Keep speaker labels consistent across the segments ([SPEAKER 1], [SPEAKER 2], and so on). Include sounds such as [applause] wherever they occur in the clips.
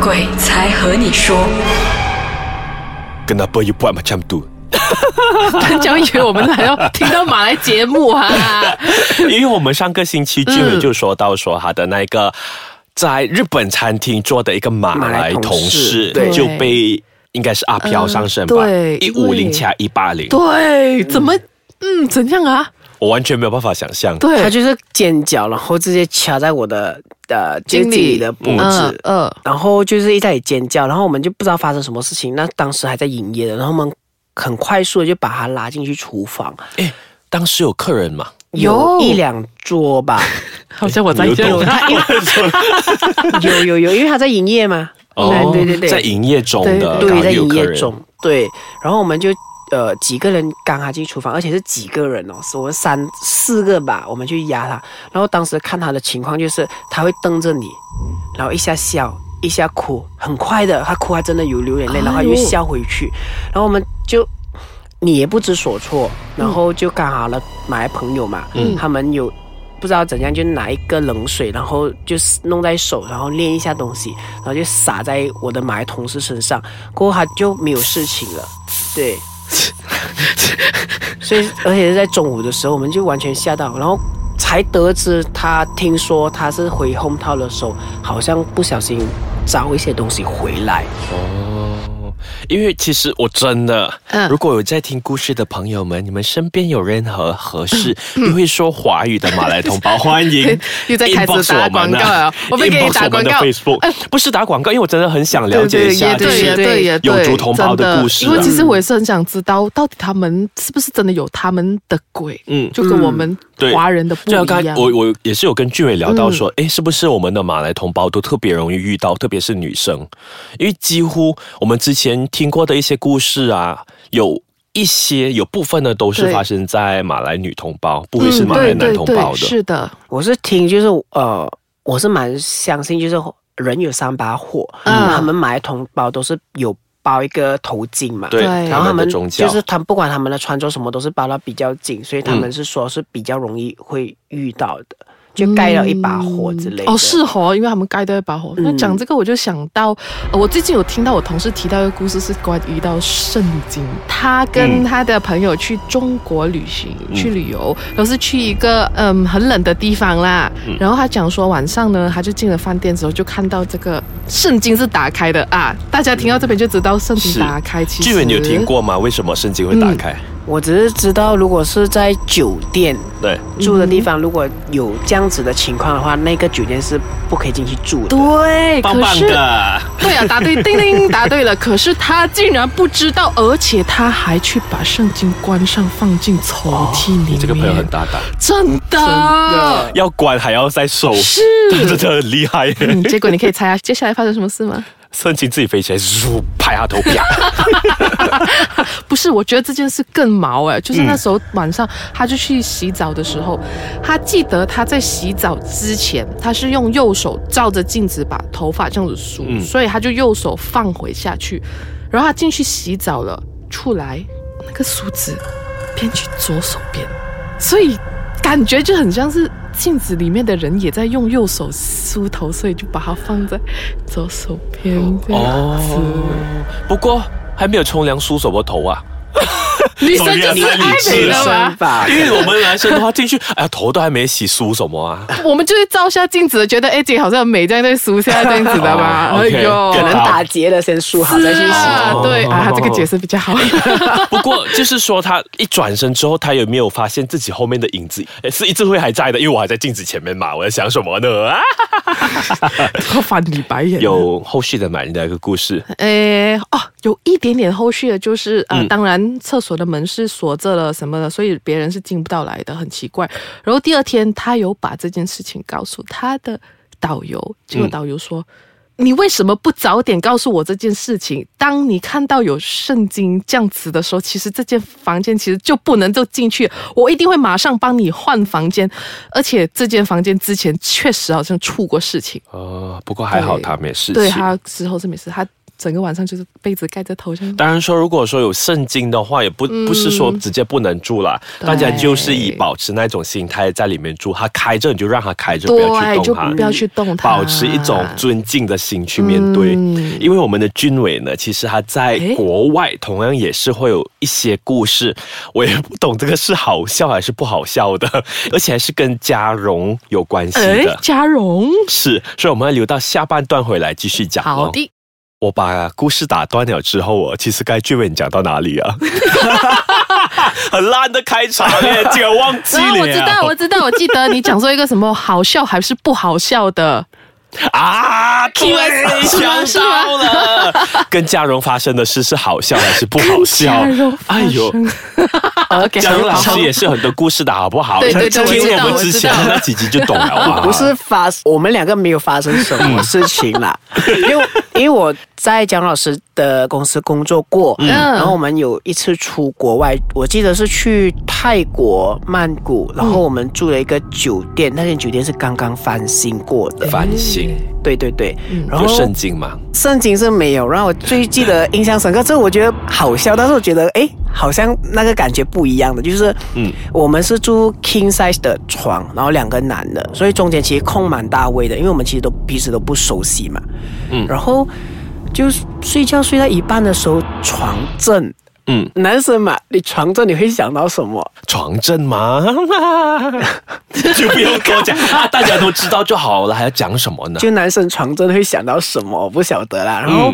[SPEAKER 1] 鬼才和你说。
[SPEAKER 2] Kenapa you [laughs] buat macam
[SPEAKER 3] [laughs]
[SPEAKER 2] tu?
[SPEAKER 4] 他讲以为我们还要听到马来节目啊。
[SPEAKER 2] 因为我们上个星期俊
[SPEAKER 3] 嗯
[SPEAKER 2] 伟就说到说他的那个在日本餐厅做的一个马来同事
[SPEAKER 3] 马来同事对
[SPEAKER 2] 就被应该是阿飘上身吧，
[SPEAKER 4] 嗯对
[SPEAKER 2] 一五零加一八零，
[SPEAKER 4] [laughs] 对，怎么嗯怎样啊？
[SPEAKER 2] 我完全没有办法想象。
[SPEAKER 4] 对，
[SPEAKER 3] 他就是尖角，然后直接卡在我的呃
[SPEAKER 4] 经理
[SPEAKER 3] 经理的脖子。
[SPEAKER 4] 嗯嗯
[SPEAKER 3] 然后就是一直在尖叫，然后我们就不知道发生什么事情。那当时还在营业的，然后我们很快速的就把他拉进去厨房，
[SPEAKER 2] 哎，当时有客人嘛？
[SPEAKER 4] 有
[SPEAKER 3] 一两
[SPEAKER 4] [laughs]
[SPEAKER 3] 桌吧，
[SPEAKER 4] 好像
[SPEAKER 3] 哦
[SPEAKER 4] 我在
[SPEAKER 2] 你又
[SPEAKER 4] 这
[SPEAKER 2] 懂
[SPEAKER 4] 里。
[SPEAKER 3] 有有有，因为他在营业嘛。
[SPEAKER 2] [laughs] 哦
[SPEAKER 3] 对对对对，
[SPEAKER 2] 在营业中的，刚
[SPEAKER 4] 对
[SPEAKER 3] 对，
[SPEAKER 2] 好
[SPEAKER 3] 在
[SPEAKER 2] 有
[SPEAKER 3] 营
[SPEAKER 2] 客
[SPEAKER 3] 业
[SPEAKER 2] 人
[SPEAKER 3] 中，对。然后我们就呃几个人刚他进厨房，而且是几个人哦，是我们三四个吧，我们去压他。然后当时看他的情况就是他会瞪着你，然后一下笑。一下哭，很快的，他哭，他真的有流眼泪，然后他又笑回去，然后我们就你也不知所措，然后就刚好了马来朋友嘛，他们有不知道怎样就拿一个冷水，然后就是弄在手，然后练一下东西，然后就洒在我的马来同事身上，过后他就没有事情了，对。所以，而且是在中午的时候，我们就完全吓到，然后才得知他听说他是回 home town 的时候，好像不小心找一些东西回来。
[SPEAKER 2] 哦，因为其实我真的，
[SPEAKER 4] 嗯
[SPEAKER 2] 如果有在听故事的朋友们，你们身边有任何合适又会说华语的马来同
[SPEAKER 4] [laughs]
[SPEAKER 2] 胞，欢迎
[SPEAKER 4] 嗯又在开始
[SPEAKER 2] inbox
[SPEAKER 4] 打
[SPEAKER 2] 我们啊
[SPEAKER 4] 广告了我们给你
[SPEAKER 2] inbox
[SPEAKER 4] 打广告
[SPEAKER 2] 我们的 Facebook 不是打广告，因为我真的很想了解一下，
[SPEAKER 4] 对
[SPEAKER 2] 就
[SPEAKER 4] 呀，
[SPEAKER 2] 是
[SPEAKER 4] 对呀，对
[SPEAKER 2] 有族同胞的故事啊
[SPEAKER 4] 因为其实我也是很想知道，到底他们是不是真的有他们的鬼，
[SPEAKER 2] 嗯
[SPEAKER 4] 就跟我们
[SPEAKER 2] 对
[SPEAKER 4] 华人的不一
[SPEAKER 2] 就像刚
[SPEAKER 4] 样。嗯
[SPEAKER 2] 才我我也是有跟俊伟聊到说，诶，是不是我们的马来同胞都特别容易遇到，特别是女生，因为几乎我们之前听过的一些故事啊，有一些有部分呢都是
[SPEAKER 4] 对嗯
[SPEAKER 2] 发生在马来女同胞，不会是马来男同胞
[SPEAKER 4] 对对对
[SPEAKER 2] 的。
[SPEAKER 4] 是的，
[SPEAKER 3] 我是听，就是呃，我是蛮相信，就是人有三把火，
[SPEAKER 4] 嗯
[SPEAKER 3] 他们买同胞都是有包一个头巾嘛，
[SPEAKER 2] 对，
[SPEAKER 4] 对
[SPEAKER 3] 然后他们
[SPEAKER 2] 的宗教
[SPEAKER 3] 就是他们不管他们的穿着什么都是包到比较紧，所以他
[SPEAKER 2] 嗯
[SPEAKER 3] 们是说是比较容易会遇到的，就盖了一把火之类的。
[SPEAKER 4] 哦，是哦，因为他们盖掉一把火。那
[SPEAKER 3] 嗯
[SPEAKER 4] 讲这个，我就想到、呃我最近有听到我同事提到一个故事，是关于到圣经。他跟
[SPEAKER 2] 嗯
[SPEAKER 4] 他的朋友去中国旅行，
[SPEAKER 2] 嗯
[SPEAKER 4] 去旅游，然后是去一个嗯很冷的地方啦。然后他讲说晚上呢，他就进了饭店之后，就看到这个圣经是打开的啊。大家听到这边就知道圣经
[SPEAKER 2] 是
[SPEAKER 4] 打开，其实
[SPEAKER 2] 俊伟，你有听过吗？为什么圣经会打开？
[SPEAKER 4] 嗯
[SPEAKER 3] 我只是知道，如果是在酒店
[SPEAKER 2] 对，
[SPEAKER 3] 住的地方，如果有这样子的情况的话，那个酒店是不可以进去住的。
[SPEAKER 4] 对，
[SPEAKER 2] 棒
[SPEAKER 4] 可
[SPEAKER 2] 棒
[SPEAKER 4] 是
[SPEAKER 2] 的，
[SPEAKER 4] 对啊，答对，叮叮，答对了。可是他竟然不知道，而且他还去把圣经关上，放进抽屉里面。
[SPEAKER 2] 你哦这个朋友很大胆，
[SPEAKER 4] 真的，
[SPEAKER 2] 要关还要再收， [laughs]
[SPEAKER 4] 是。
[SPEAKER 2] 真的很厉害耶。 [laughs]
[SPEAKER 4] 嗯，结果你可以猜下接下来发生什么事吗？
[SPEAKER 2] 圣经自己飞起来，咻，拍他头，啪。
[SPEAKER 4] 不是，我觉得这件事更毛
[SPEAKER 2] 嗯
[SPEAKER 4] 哎，就是那时候晚上他就去洗澡的时候，他记得他在洗澡之前，他是用右手照着镜子把头发这样子梳，
[SPEAKER 2] 嗯
[SPEAKER 4] 所以他就右手放回下去，然后他进去洗澡了，出来那个梳子偏去左手边，所以感觉就很像是。镜子里面的人也在用右手梳头，所以就把它放在左手边这样子。
[SPEAKER 2] 哦，不过还没有冲凉梳什么头
[SPEAKER 4] [laughs]
[SPEAKER 2] 啊？
[SPEAKER 4] 女生就是爱美
[SPEAKER 2] 是
[SPEAKER 4] 的嘛
[SPEAKER 3] 生。吧
[SPEAKER 4] 啊
[SPEAKER 2] 因，为我们男生的话进去，哎呀，头都还没洗，梳什么啊？ [laughs]
[SPEAKER 4] 我们就是照下镜子，觉得哎、姐好像很美，这样在梳下这样子的嘛。
[SPEAKER 2] 哦
[SPEAKER 4] 哎
[SPEAKER 2] ，OK，
[SPEAKER 4] 呦，
[SPEAKER 2] 可
[SPEAKER 3] 可能打结了先梳好再去
[SPEAKER 4] 是啊
[SPEAKER 3] 洗。
[SPEAKER 2] 哦
[SPEAKER 4] 对啊
[SPEAKER 2] 哦，
[SPEAKER 4] 这个解释比
[SPEAKER 2] [laughs]
[SPEAKER 4] 较好。
[SPEAKER 2] 不过就是说，他一转身之后，他有没有发现自己后面的影子哎是一直会还在的？因为我还在镜子前面嘛，我在想什么呢？啊，
[SPEAKER 4] 我翻你白眼。
[SPEAKER 2] 有后续的蛮的一个故 [laughs] 事，
[SPEAKER 4] 诶，哦，有一点点后续的就是，呃，
[SPEAKER 2] 嗯
[SPEAKER 4] 当然厕所的门是锁着了什么的，所以别人是进不到来的，很奇怪。然后第二天，他有把这件事情告诉他的导游，结果
[SPEAKER 2] 嗯
[SPEAKER 4] 导游说。你为什么不早点告诉我这件事情？当你看到有圣经这样子的时候，其实这间房间其实就不能够进去。我一定会马上帮你换房间，而且这间房间之前确实好像出过事情。
[SPEAKER 2] 哦，不过还好他没事情。
[SPEAKER 4] 对他之后是没事，他整个晚上就是被子盖着头这样。
[SPEAKER 2] 当然说，如果说有圣经的话，也不、不是说直接不能住啦，
[SPEAKER 4] 嗯对
[SPEAKER 2] 大家就是以保持那种心态在里面住，它开着你就让它开着，不要
[SPEAKER 4] 对，
[SPEAKER 2] 去
[SPEAKER 4] 就
[SPEAKER 2] 动它。
[SPEAKER 4] 不要去动它，
[SPEAKER 2] 保持一种尊敬的心去面对，
[SPEAKER 4] 嗯
[SPEAKER 2] 因为我们的军委呢，其实他在
[SPEAKER 4] 诶
[SPEAKER 2] 国外同样也是会有一些故事，我也不懂这个是好笑还是不好笑的， [laughs] 而且还是跟家荣有关系
[SPEAKER 4] 哎
[SPEAKER 2] 的，，
[SPEAKER 4] 嘉荣，
[SPEAKER 2] 是，所以我们要留到下半段回来继续讲哦。
[SPEAKER 4] 好的，
[SPEAKER 2] 我把故事打断了之后，我其实该剧本讲到哪里啊？ [laughs] 很烂的开场耶，竟然忘记
[SPEAKER 4] [laughs] 啊，
[SPEAKER 2] 了。
[SPEAKER 4] 我知道，我知道，我记 [laughs] 得你讲说一个什么好笑还是不好笑 [laughs] 的，
[SPEAKER 2] 啊，对，
[SPEAKER 4] [laughs] 是吗
[SPEAKER 2] 想到了。 [laughs] 跟嘉荣发生的事是好笑还是不好笑？哎呦，
[SPEAKER 4] ，OK，
[SPEAKER 2] 嘉荣老
[SPEAKER 4] 好
[SPEAKER 2] 师也是很多故事的好不好？
[SPEAKER 4] 对对对
[SPEAKER 2] 听
[SPEAKER 4] 我知道
[SPEAKER 2] 们之前
[SPEAKER 4] 我知道
[SPEAKER 2] 那几集就懂了
[SPEAKER 4] [laughs]
[SPEAKER 2] 啊。
[SPEAKER 3] 不是发，我们两个没有发生什么事情
[SPEAKER 4] [laughs]
[SPEAKER 3] 啦，因为因为我在蒋老师的公司工作过，
[SPEAKER 4] 嗯
[SPEAKER 3] 然后我们有一次出国外，我记得是去泰国曼谷，然后我们住了一个酒店，那间酒店是刚刚翻新过的，
[SPEAKER 4] 嗯
[SPEAKER 2] 反省，
[SPEAKER 3] 对对对，然后
[SPEAKER 2] 有圣经吗？
[SPEAKER 3] 圣经是没有，让我最记得印象深刻。这我觉得好笑，但是我觉得诶，好像那个感觉不一样的，就是嗯，我们是住 king size 的床，然后两个男的，所以中间其实空蛮大位的，因为我们其实都彼此都不熟悉嘛。嗯，然后就是睡觉睡到一半的时候，床震。
[SPEAKER 2] 嗯，
[SPEAKER 3] 男生嘛，你床震你会想到什么？
[SPEAKER 2] 床震
[SPEAKER 4] [laughs]
[SPEAKER 2] 吗？就不用多讲啊，大家都知道就好了，还要讲什么 [laughs] 呢？
[SPEAKER 3] 就男生床真的会想到什么，我不晓得
[SPEAKER 2] 嗯
[SPEAKER 3] 啦。然后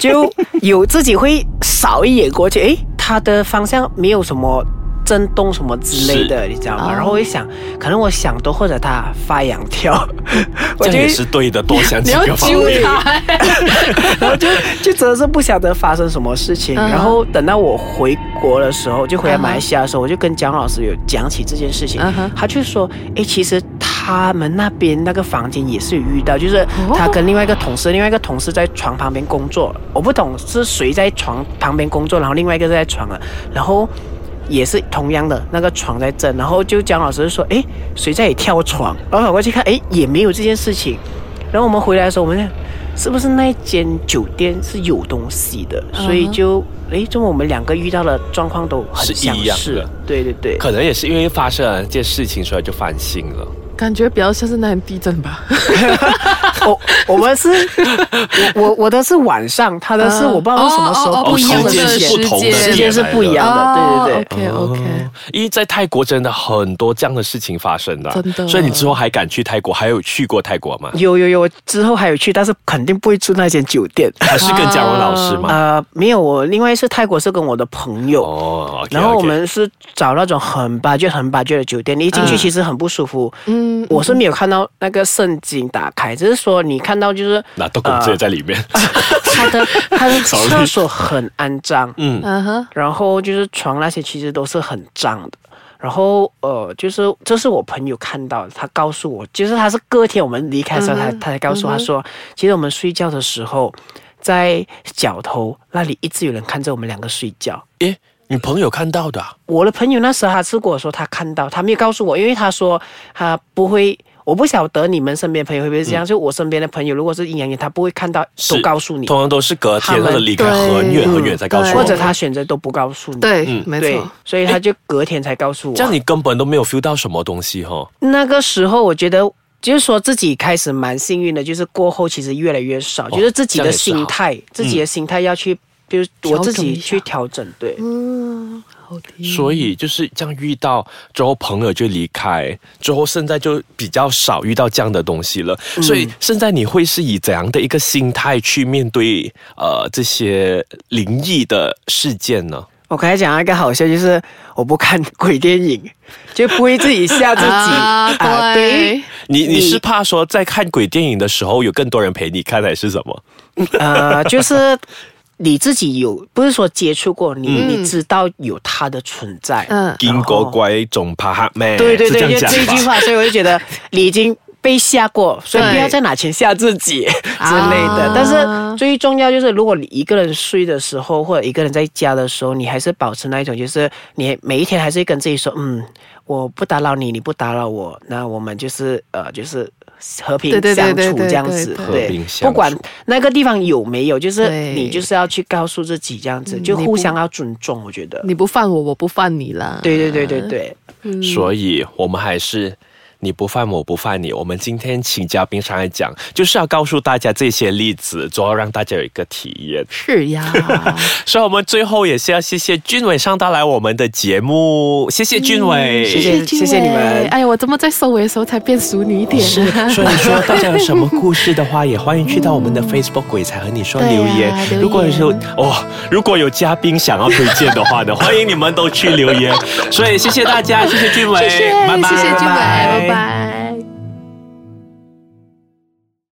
[SPEAKER 3] 就有自己会扫一眼过去，诶，他的方向没有什么震动什么之类的，你知道吗？
[SPEAKER 4] 哦
[SPEAKER 3] 然后我一想，可能我想多，或者他发痒跳， [laughs] 我
[SPEAKER 2] 这
[SPEAKER 3] 就
[SPEAKER 2] 样也
[SPEAKER 3] [laughs]
[SPEAKER 2] 是对的，多想
[SPEAKER 4] 你
[SPEAKER 2] 几
[SPEAKER 4] 要
[SPEAKER 2] 个方
[SPEAKER 4] 揪
[SPEAKER 2] 面。
[SPEAKER 4] 他，
[SPEAKER 3] 然后就就真的是不晓得发生什么事情。
[SPEAKER 4] 嗯
[SPEAKER 3] 然后等到我回国的时候，就回来
[SPEAKER 4] 嗯哼
[SPEAKER 3] 马来西亚的时候，我就跟蒋老师有讲起这件事情
[SPEAKER 4] 嗯哼，
[SPEAKER 3] 他就说，诶，其实他们那边那个房间也是有遇到，就是
[SPEAKER 4] 哦
[SPEAKER 3] 他跟另外一个同事，另外一个同事在床旁边工作，我不懂是谁在床旁边工作，然后另外一个在床了，然后。也是同样的那个床在震，然后就蒋老师就说：“诶，谁在跳床？”然后跑过去看，诶，也没有这件事情。然后我们回来的时候，我们想是不是那一间酒店是有东西的，
[SPEAKER 4] 嗯哼
[SPEAKER 3] 所以就诶，这么我们两个遇到的状况都很
[SPEAKER 2] 是
[SPEAKER 3] 相
[SPEAKER 2] 一样
[SPEAKER 3] 似
[SPEAKER 2] 的，
[SPEAKER 3] 对对对，
[SPEAKER 2] 可能也是因为发生了这件事情，所以就烦心了。
[SPEAKER 4] 感觉比较像是那种地震吧，
[SPEAKER 3] 我我们是，我我我的是晚上，他的是
[SPEAKER 4] 嗯
[SPEAKER 3] 我不知道是什么时
[SPEAKER 4] 哦哦
[SPEAKER 3] 候
[SPEAKER 4] 哦
[SPEAKER 3] 不一样的
[SPEAKER 4] 时间
[SPEAKER 3] 间
[SPEAKER 4] 是不同的
[SPEAKER 3] 时间是不一样的，对对
[SPEAKER 4] ，OK
[SPEAKER 3] 对。
[SPEAKER 4] OK，
[SPEAKER 2] 哦因为在泰国真的很多这样的事情发生的啊，
[SPEAKER 4] 真的
[SPEAKER 2] 所以你之后还敢去泰国，还有去过泰国吗？
[SPEAKER 3] 有有有，我之后还有去，但是肯定不会住那间酒店。
[SPEAKER 2] 还是跟嘉荣老
[SPEAKER 4] 哦
[SPEAKER 2] 师吗？
[SPEAKER 3] 呃，没有，我另外是泰国是跟我的朋友，
[SPEAKER 2] 哦，
[SPEAKER 3] 然后我们是找那种很巴爵、很巴爵的酒店，你一进去
[SPEAKER 4] 嗯
[SPEAKER 3] 其实很不舒服。
[SPEAKER 4] 嗯，
[SPEAKER 3] 我是没有看到那个圣经打开，只是说你看到就是
[SPEAKER 4] [laughs]
[SPEAKER 2] 那都工作在里面，
[SPEAKER 3] 啊他的他的
[SPEAKER 2] Sorry
[SPEAKER 3] 厕所很肮脏，
[SPEAKER 2] 嗯，
[SPEAKER 4] 嗯哼，
[SPEAKER 3] 然后就是床那些其实都是很脏的。然后呃，就是这是我朋友看到的，他告诉我，就是他是隔天我们离开的时候，
[SPEAKER 4] 嗯
[SPEAKER 3] 他
[SPEAKER 4] 哼
[SPEAKER 3] 他才告诉我
[SPEAKER 4] 嗯哼
[SPEAKER 3] 他说，其实我们睡觉的时候，在脚头那里一直有人看着我们两个睡觉。
[SPEAKER 2] 诶，你朋友看到的啊
[SPEAKER 3] 我的朋友那时候他是跟我说他看到，他没有告诉我，因为他说他不会。我不晓得你们身边朋友会不会这
[SPEAKER 4] 嗯
[SPEAKER 3] 样，就我身边的朋友，如果是阴阳眼，他不会看到，
[SPEAKER 2] 是
[SPEAKER 3] 都告诉你，
[SPEAKER 2] 通常都是隔
[SPEAKER 3] 他
[SPEAKER 2] 天
[SPEAKER 3] 们
[SPEAKER 2] 或者离开很远
[SPEAKER 4] 对
[SPEAKER 2] 很远才告诉
[SPEAKER 4] 对
[SPEAKER 2] 我
[SPEAKER 3] 或
[SPEAKER 2] 们，
[SPEAKER 3] 者他选择都不告诉你。
[SPEAKER 2] 嗯
[SPEAKER 4] 对，没
[SPEAKER 3] 对
[SPEAKER 4] 错，，
[SPEAKER 3] 所以他就隔天才告诉我。
[SPEAKER 2] 这样你根本都没有 feel 到什么东西哈、哦。
[SPEAKER 3] 那个时候，我觉得就是说自己开始蛮幸运的，就是过后其实越来越少，就是自己
[SPEAKER 2] 这样
[SPEAKER 3] 的
[SPEAKER 2] 也是好
[SPEAKER 3] 心态，自己的心态要去，比如我自
[SPEAKER 4] 调整一
[SPEAKER 3] 己
[SPEAKER 4] 下
[SPEAKER 3] 去嗯调整。对，
[SPEAKER 4] 嗯，好的，
[SPEAKER 2] 所
[SPEAKER 3] 嗯
[SPEAKER 2] 以就是这样遇到之后，朋友就离开，之后现在就比较少遇到这样的东西了。
[SPEAKER 3] 嗯
[SPEAKER 2] 所以现在你会是以怎样的一个心态去面对呃这些灵异的事件呢？
[SPEAKER 3] 我刚才讲到一个好笑，就是我不看鬼电影，就不会自己吓自 [laughs] 己
[SPEAKER 4] 啊，对，，
[SPEAKER 2] 你你
[SPEAKER 3] 你
[SPEAKER 2] 是怕说在看鬼电影的时候有更多人陪你看，还是什么？
[SPEAKER 3] [laughs] 呃，就是你自己有，不是说接触过，你、你知道有它的存在。
[SPEAKER 4] 嗯，
[SPEAKER 2] 英国乖总怕黑妹，
[SPEAKER 3] 呃哦对对
[SPEAKER 2] 哎是这
[SPEAKER 3] 对，
[SPEAKER 2] 样
[SPEAKER 3] 就
[SPEAKER 2] 讲吧
[SPEAKER 3] 这一句话，所以我就觉得你已经被
[SPEAKER 2] [laughs]
[SPEAKER 3] 吓过，所以
[SPEAKER 4] 对
[SPEAKER 3] 不要再拿钱吓自己之类的。
[SPEAKER 2] 啊
[SPEAKER 3] 但是最重要就是，如果你一个人睡的时候，或者一个人在家的时候，你还是保持那一种，就是你每一天还是跟自己说，嗯，我不打扰你，你不打扰我，那我们就是呃，就是和平
[SPEAKER 4] 对对对
[SPEAKER 3] 相处
[SPEAKER 4] 对对
[SPEAKER 3] 这样
[SPEAKER 4] 对
[SPEAKER 3] 子，
[SPEAKER 4] 对
[SPEAKER 2] 和平
[SPEAKER 3] 对，
[SPEAKER 2] 相
[SPEAKER 3] 不管
[SPEAKER 2] 处
[SPEAKER 3] 那个地方有没有，就是
[SPEAKER 4] 对
[SPEAKER 3] 你就是要去告诉自己这样子，
[SPEAKER 4] 嗯
[SPEAKER 3] 就
[SPEAKER 4] 你
[SPEAKER 3] 互
[SPEAKER 4] 不
[SPEAKER 3] 相要尊重，我觉得。
[SPEAKER 4] 你不嗯犯我，我不犯你啦。
[SPEAKER 3] 对对对对对，
[SPEAKER 2] 所以我们还是你不犯我不犯你。我们今天请嘉宾上来讲，就是要告诉大家这些例子，主要让大家有一个体验。
[SPEAKER 4] 是
[SPEAKER 3] [laughs]
[SPEAKER 4] 呀，
[SPEAKER 2] 所以我们最后也是要谢谢俊伟上到来我们的节目，谢谢
[SPEAKER 4] 嗯
[SPEAKER 2] 俊伟。
[SPEAKER 3] 谢谢
[SPEAKER 4] 君
[SPEAKER 3] 谢谢你们
[SPEAKER 4] 伟哎呀，我怎么在收尾的时候才变熟女一点？
[SPEAKER 2] 是，所以说大家有什么故事的话，也欢迎去到我们的 Facebook 鬼才和你说留
[SPEAKER 4] 对
[SPEAKER 2] 言。
[SPEAKER 4] 啊留言
[SPEAKER 2] 如果有哦，如果有嘉宾想要推荐的 [laughs] 话呢，欢迎你们都去留言。所以谢谢大家，谢谢俊伟，
[SPEAKER 4] 谢谢，
[SPEAKER 2] 拜拜，
[SPEAKER 4] 谢谢君伟，
[SPEAKER 3] 拜拜
[SPEAKER 4] 拜拜。